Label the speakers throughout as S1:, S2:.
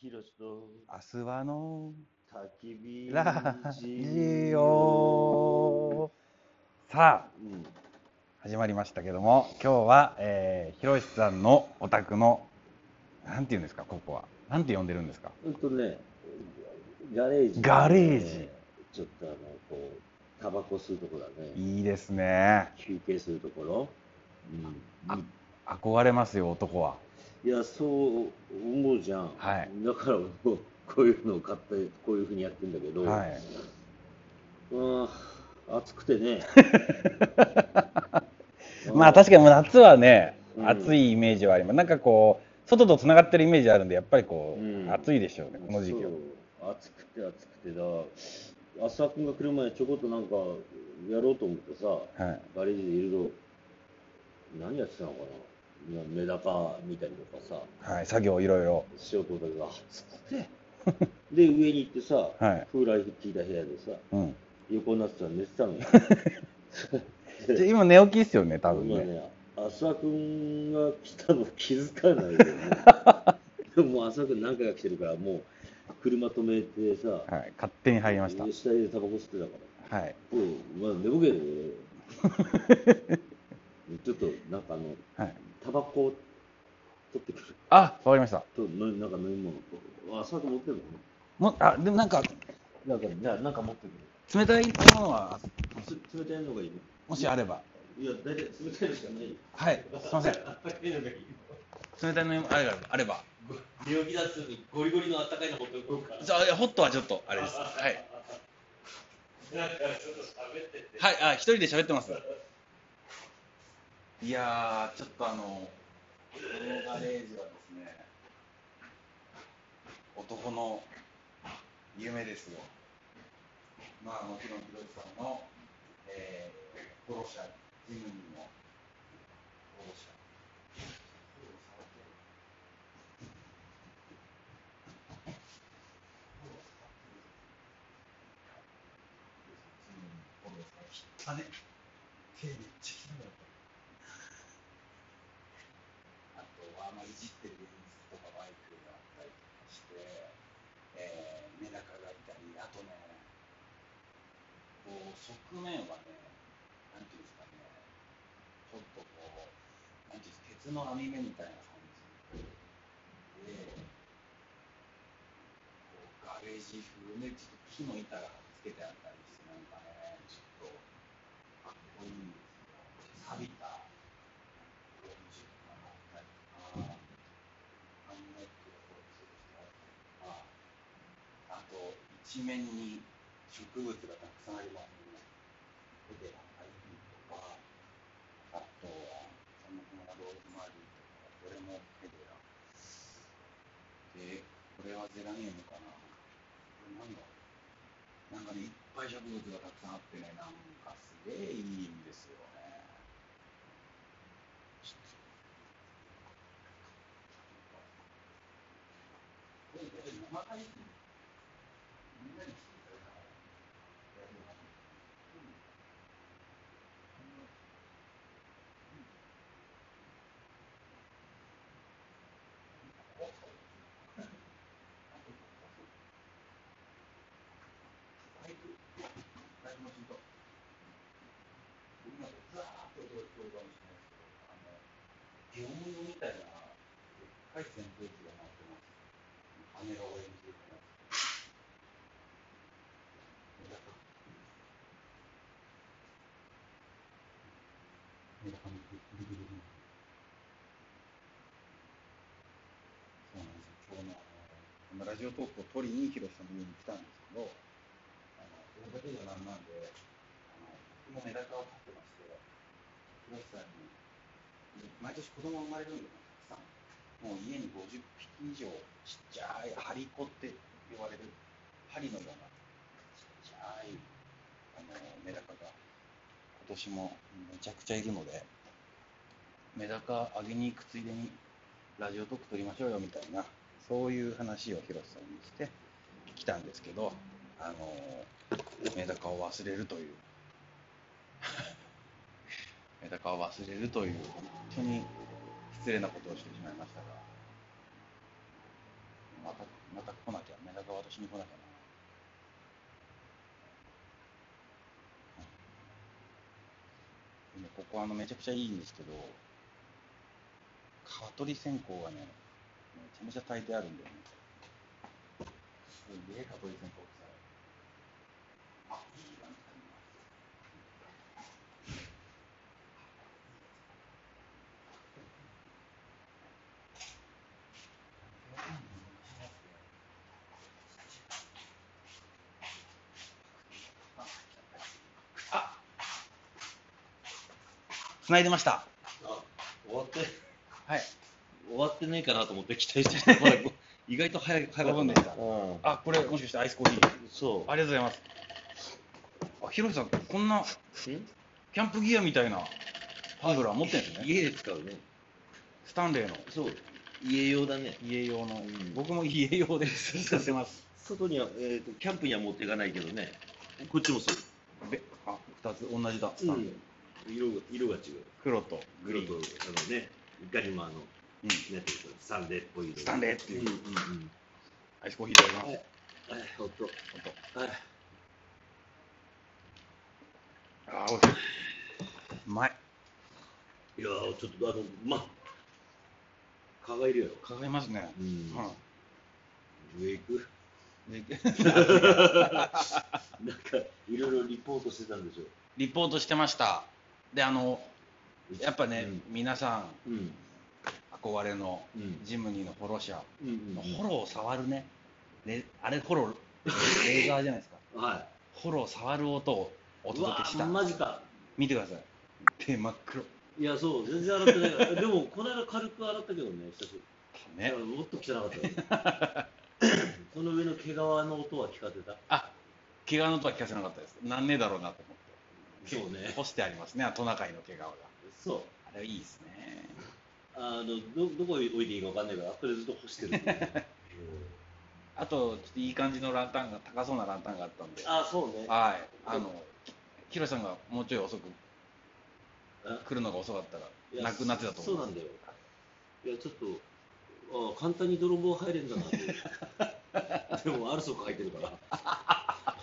S1: ひろしと
S2: 明日はの
S1: 焚き火
S2: ラジオさあ
S1: うん
S2: 始まりましたけども今日は、えー、ひろしさんのお宅のなんて言うんですかここはなんて呼んでるんですか
S1: うんとねガレージ
S2: ガレージ
S1: ちょっとあのこうタバコ吸うところだね
S2: いいですね
S1: 休憩するところ、うん
S2: あ憧れますよ男はい
S1: やそう思うじゃん、
S2: はい
S1: だからもうこういうのを買ってこういうふうにやってんだけど、
S2: はい
S1: うん暑くて ね
S2: まあ確かにもう夏はね
S1: うん
S2: 暑いイメージはあります、なんかこう外とつながってるイメージあるんでやっぱりこう、
S1: うん
S2: 暑いでしょうねこの時期は
S1: そう暑くて暑くてだ浅田君が来る前にちょこっとなんかやろうと思ってさ
S2: はい
S1: ガレージでいると何やってたのかなメダカ見たりとかさ
S2: はい作業いろいろ
S1: しようと思ったけど暑く てで上に行ってさ、
S2: はい
S1: クーラー引いた部屋でさ
S2: うん
S1: 横になってたら寝てたのよ
S2: じゃあ今寝起きですよね多分
S1: 今
S2: ね
S1: ね浅田君が来たの気づかないよね でももう浅田君何回か来てるからもう車止めてさ、
S2: はい勝手に入りました
S1: 下でタバコ吸ってたから。
S2: はい
S1: うん、まあ寝ぼけで、 ちょっとなんかあの、
S2: はい
S1: タバコを取ってくる
S2: あわかりました
S1: と、のなんか飲み物と。あ、酒持ってる
S2: もあでもなんか
S1: のなんか、じゃあなんか持ってく
S2: 冷たいものは
S1: る。つ冷たいのがいいの
S2: もしあれば
S1: いや、大体冷たいのしかないよ。
S2: はいすいません
S3: あったかいのがいい
S2: 冷たいのあればあれば
S3: 病気だすにゴリゴリのあったかいのほっとこうか
S2: じゃあいやホットはちょっとあれですはい
S3: なんかちょっと喋ってて
S2: はいあ一人で喋ってますいやーちょっとあのこのガレージはですね男の夢ですよまあもちろんひろゆきさんの、えー、殺者ジムニーの殺者汚ね手めっちゃ汚いあとは、まあ、いじってる現実とかバイクがあったりとかして、えー、メダカがいたりあとねこう側面はねなんていうんですかねちょっとこうなんていうんですか鉄の網目みたいな感じでこうガレージ風でちょっと木の板がつけてあったりしてなんかねちょっとかっこいいんですよ錆びた40かなったりとかハンモックがこうついてあったりとかあと一面に植物がたくさんありますね筆が入ってるとかあとはその辺がローズマリーとかこれもペデラで、これはゼラニウムかな。これなんだなんかね、いっぱい植物がたくさんあってね、なんかすげえいいんですよね。ちょっとこれこれ生大豆みんなに聞いてるからやるわうん病院みたいな、でっかい扇風機が回ってます。羽がオレンジ色の。メダカのビリビリのそうなんですよ。今日のあのラジオトークを取りに広瀬さんの家に来たんですけど、あのそれだけじゃなんなんで、あの僕もメダカを飼ってまして、広瀬さんに、毎年子供が生まれるんで、たくさん、もう家に50匹以上、ちっちゃい、ハリコって呼ばれる、針のような、ちっちゃいあのメダカが、今年もめちゃくちゃいるので、メダカあげに行くついでに、ラジオトーク撮りましょうよみたいなそういう話を広瀬さんにして来たんですけどあのメダカを忘れるというメダカを忘れるという本当に失礼なことをしてしまいましたがまた、また来なきゃ、メダカ渡しに来なきゃな。でねここあの、めちゃくちゃいいんですけど、蚊取り線香がね、めちゃめちゃ炊いてあるんだよね。すげえ蚊取り線香ってさ。あ、いいな、みたいな。繋いでました。
S1: あ終わって
S2: はい。
S1: 終わってないかなと思って期待してたまだ意外と早い早かった
S2: 五分でした
S1: うん
S2: あ、これもしかしてアイスコーヒー。
S1: そう
S2: ありがとうございます。あ、ひろしさん、こんなキャンプギアみたいなハンドラー持ってるんですね。
S1: 家で使うね
S2: スタンレーの
S1: そう家用だね
S2: 家用の。
S1: ん
S2: 僕も家用で使ってます。
S1: 外には、えー、とキャンプには持っていかないけどねこっちもそう
S2: で、あ、二つ同じだ。スタンレー。
S1: 色が色が違う
S2: 黒とグ
S1: 黒
S2: リ
S1: と
S2: ーン。
S1: あのねガリマーの
S2: うん。
S1: なんていうかスタンレーっぽい色
S2: スタンレーっていう
S1: うんうんうん
S2: アイスコーヒーいただきます。
S1: はいはいほっと
S2: ほんと
S1: はい
S2: あ、美味しい。うまい。
S1: いやーちょっとあのま蚊がいるやろ
S2: かかりますね。
S1: うん
S2: う
S1: 上行く
S2: ん。で
S1: なんかいろいろリポートしてたんでしょ
S2: リポートしてました。で、あの、
S1: う
S2: やっぱね、皆さ
S1: う
S2: ん
S1: んうん
S2: 憧れの
S1: うん
S2: ジムニーのフォロシャー。
S1: うんうん
S2: ホロを触るね。ねあれ、ホロ、レーザーじゃないですか。
S1: はい
S2: ホロを触る音をお
S1: うわ
S2: 届けした
S1: ー。マジか
S2: 見てください。手真っ黒。
S1: いやそう全然洗ってないからでもこの間軽く洗ったけどね久しぶりだ
S2: ね
S1: か。らもっと汚かったよ その上の毛皮の音は聞かせた
S2: あ、毛皮の音は聞かせなかったです。なんねえだろうなと思って。
S1: そうね
S2: 干してありますね、トナカイの毛皮が。
S1: そう
S2: あれいいですね。
S1: あのどどこに置いていいかわかんないからこれずっと干 してる、
S2: あと、ちょっといい感じのランタンが、高そうなランタンがあったんで。
S1: あそうね
S2: はい。あの、ヒロシさんがもうちょい遅く
S1: あ
S2: 来るのが遅かった
S1: いや
S2: ら、なくなってたと思い
S1: そ
S2: ます。
S1: うなんだよいやちょっとああ簡単に泥棒入れんだなって でもアルソック入ってるからア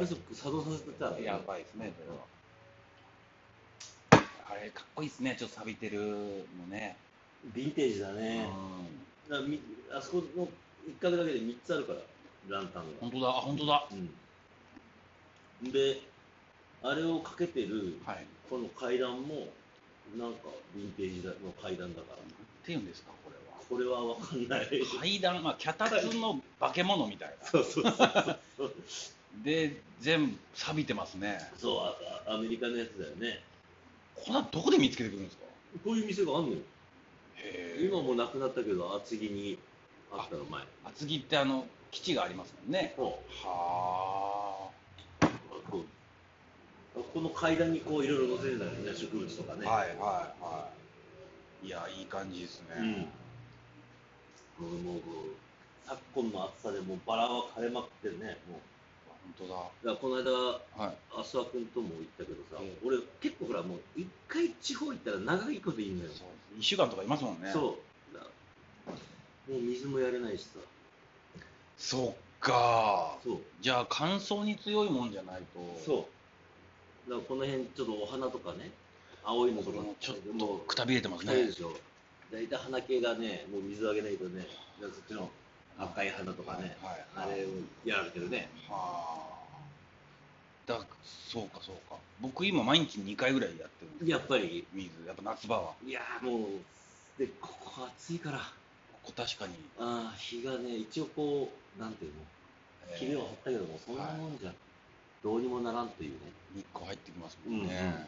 S1: ルソック作動させてたら、
S2: やばいですね、それは。あれ、かっこいいですね、ちょっと錆びてるのね。
S1: ヴィンテージだね
S2: うん
S1: だからみあそこの一角だけで3つあるからランタンが
S2: 本当だ、あ、本当だ。
S1: うん、であれをかけてる、
S2: はい。っ
S1: この階段もなんかヴィンテージの階段だから
S2: ていうんですか、これは。
S1: これは分かんない
S2: 階段、まあ、脚立の化け物みたいな。
S1: そうそうそうそう
S2: で、全部錆びてますね。
S1: そうあアメリカのやつだよね
S2: これはどこで見つけてくるんですか
S1: こういう店があんのよ
S2: へ
S1: 今もうなくなったけど厚木にあったの前
S2: 厚木って、あの、基地がありますもんね。
S1: こ
S2: は
S1: うこうこの階段にこういろいろ載せてたよね植物とか
S2: あ、
S1: ね
S2: はいはいはい。いや、いい感じですね。
S1: うん、もうもう昨今の暑さでもうバラは枯れまくってるねも
S2: 本当
S1: うだからこの間
S2: だ。はい。
S1: 浅輪君とも行ったけどさ、
S2: ええ
S1: 俺結構ほらもう一回地方行ったら長いこといいのよ、
S2: そう1週間とかいますもんね。
S1: そうだもう水もやれないしさ
S2: そっか
S1: そう
S2: じゃあ乾燥に強いもんじゃないと
S1: そうだからこの辺ちょっとお花とかね青いのとか
S2: これもちょっ
S1: も
S2: と
S1: う
S2: くたびれてます
S1: 汚い
S2: ね
S1: でしょ大体花系がねもう水あげないとねだからそっちの赤い花とかね、
S2: はいはいは
S1: あ
S2: い
S1: れをやられてるね
S2: はあだそうかそうか僕今毎日2回ぐらいやってるんです
S1: やっぱり
S2: 水やっぱ夏場はこ
S1: いやーもうでここ暑いから
S2: こ確かに、
S1: あー日がね一応こうなんていうの
S2: えー
S1: 君は張ったけども、そんなもんじゃどうにもならんというね、
S2: 日光入ってきますもんね、
S1: うんうん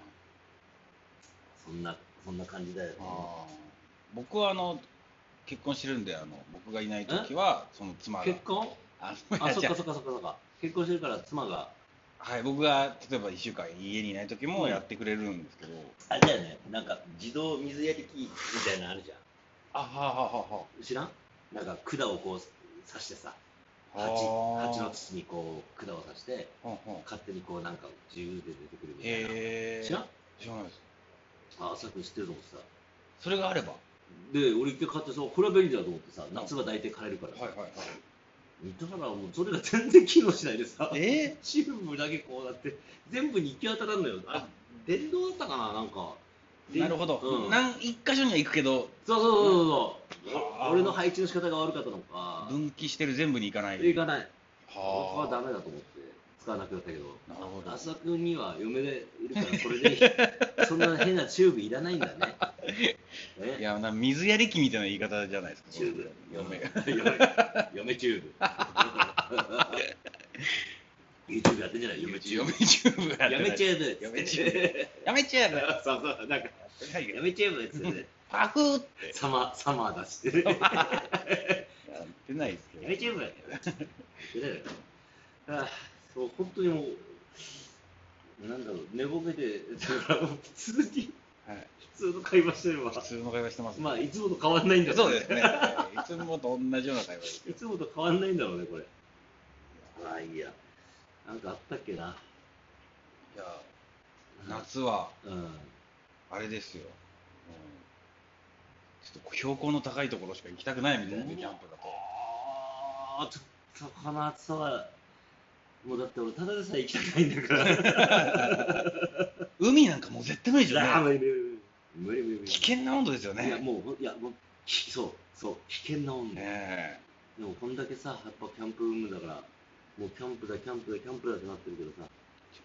S1: そんな、そんな感じだよね。
S2: あー僕はあの結婚してるんであの僕がいない時はその妻が
S1: 結 婚
S2: あ
S1: あ、そっ
S2: じゃ
S1: かそっかそっかそっか。結婚してるから妻が、
S2: はい僕が例えば1週間家にいない時もやってくれるんですけど、
S1: あれだよね、なんか自動水やり機みたいなのあるじゃ
S2: あはあはあはあ
S1: ん。知らんなんか管をこう刺してさ、
S2: あ
S1: 鉢、
S2: ー
S1: 鉢の筒にこう管を刺して、
S2: ほんほん
S1: 勝手にこうなんか自由で出てくるみたいな。
S2: えー、
S1: 知らん
S2: 知らないです
S1: あ、さっき知ってると思ってさ。
S2: それがあれば
S1: で、俺一回買ってさ、これは便利だと思ってさ、夏は大体買えるから
S2: はいはいはい。
S1: 見たらもうそれが全然機能しないでさ、
S2: え
S1: チューブだけこうなって、全部に行き当たらんのよ。あ電動だったかな、なんか。で
S2: なるほど。
S1: うん
S2: なん一箇所には行くけど、
S1: そうそうそうそうそう
S2: あー
S1: お。俺の配置の仕方が悪かったのか、
S2: 分岐してる全部に行かない。
S1: 行かない。僕は
S2: はあ。
S1: ダメだと思って、使わなくなったけど。
S2: なるほど。
S1: 浅くんには嫁でいるから、これ で、そんな変なチューブいらないんだね。
S2: い
S1: ね
S2: や、な水やり機みたいな言い方じゃないですか。
S1: チューブ。
S2: 嫁。
S1: 嫁。嫁チ ューブ。YouTube やってんじゃない嫁チューブ。
S2: 嫁チューブやってない
S1: やめちゃえぶ。
S2: 嫁チューやめちゃえば。
S1: そうそう、なんか、やめちゃえぶっつって、
S2: パクーっ て。
S1: サマ、サマー出して。や
S2: やってないですけど。
S1: めちゃえぶ。やってないのよああそう、本当にもう、なんだろう、寝ぼけて、だからもう普通に、
S2: はい。
S1: 普通の会話してれば、
S2: 普通の会話してますね。
S1: まあ、いつもと変わんないんだろ
S2: そうう
S1: ね
S2: で すね。いつもと同じような会話ですけ
S1: い
S2: ど。
S1: つもと変わんないんだろうね、これ。ああ、いいや。なんかあったっけな。
S2: いや、夏は、
S1: うん。
S2: あれですよ。うんちょっと標高の高いところしか行きたくないみたいなね、キャンプだと。
S1: ああ、ちょっとこの暑さは、もうだって俺、ただでさえ行きたくないんだ から。
S2: 海なんかもう絶対無理じゃ
S1: あ
S2: な
S1: ー
S2: い。
S1: 無理無理無理無理無理無理。
S2: 危険な温度ですよ
S1: いや、
S2: ね。
S1: もうほん、いや、もう、きそう、そう、危険な温度。
S2: ね
S1: でも、こんだけさ、やっぱキャンプブームだから、もうキャンプだ、キャンプだ、キャンプだってなってるけどさ、
S2: え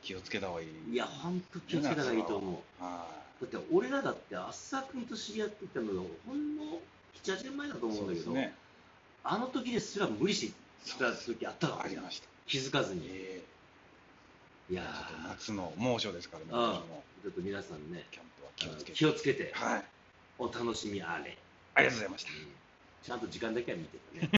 S2: 気をつけた方がいい。
S1: いや、ほんと気をつけた方がいいと思う。
S2: は
S1: だって、俺らだって、あっさくんと知り合ってたのが、ほんの7、8年前だと
S2: い。
S1: 思う
S2: そ
S1: ん
S2: う
S1: だ
S2: で
S1: け
S2: す
S1: ど、
S2: ね。
S1: あの時ですら無理して
S2: そう
S1: た時あったか
S2: あ
S1: ら
S2: り
S1: ね
S2: ました。
S1: 気づかずに。
S2: ええ
S1: いや
S2: ちょっと
S1: ー
S2: 夏の猛暑ですからね、
S1: うん
S2: 今年も
S1: ちょっと皆さんね、
S2: キャンプは気をつけて。
S1: 気をつけて、
S2: はい。
S1: お楽しみあれ。
S2: ありがとうございました。
S1: ちゃんと時間だけは見てたね。